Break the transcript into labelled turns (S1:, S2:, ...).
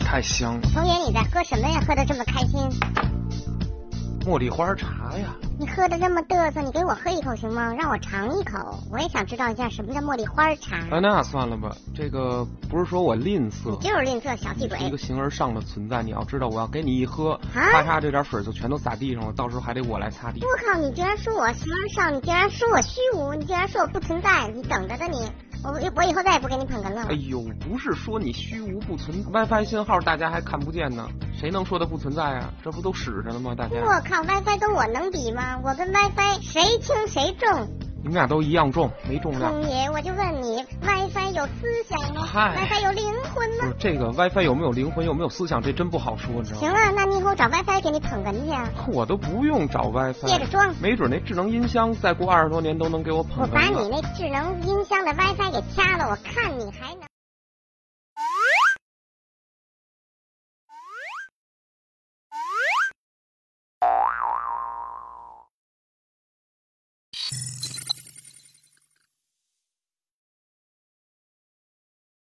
S1: 太香了，
S2: 童言，你在喝什么呀？喝的这么开心，
S1: 茉莉花茶呀。
S2: 你喝的这么嘚瑟，你给我喝一口行吗？让我尝一口，我也想知道一下什么叫茉莉花茶。
S1: 啊，那算了吧，这个不是说我吝
S2: 你
S1: 啬，
S2: 就是吝啬小气
S1: 是一
S2: 鬼
S1: 个。形而上的存在。你要知道，我要给你一喝，
S2: 啊
S1: 咔嚓，这点水就全都洒地上了，到时候还得我来擦地
S2: 我。靠！你居然说我形而上，你竟然说我虚无，你竟然说我不存在，你等着吧你！我我以后再也不给你捧哏了
S1: 哎。呦，不是说你虚无不存，WiFi 信号大家还看不见呢，谁能说它不存在啊？这不都使着呢吗？大家，
S2: 我靠，WiFi 跟我能比吗？我跟 WiFi 谁轻谁重？
S1: 你们俩都一样重，没重量。
S2: 聪爷，我就问你，WiFi 有思想吗
S1: 嗨嗯
S2: ？WiFi 有灵魂
S1: 不
S2: 吗
S1: 是？这个 WiFi 有没有灵魂，有没有思想，这真不好说，你知道
S2: 行
S1: 吗？
S2: 啊，那你以后找 WiFi 给你捧哏去啊，
S1: 我都不用找
S2: 接着
S1: WiFi，
S2: 装。
S1: 没准那智能音箱再过二十多年都能给我
S2: 我
S1: 捧
S2: 把
S1: 哏
S2: 你
S1: 了。
S2: 那智能音箱的 WiFi 给掐了，我看你还能。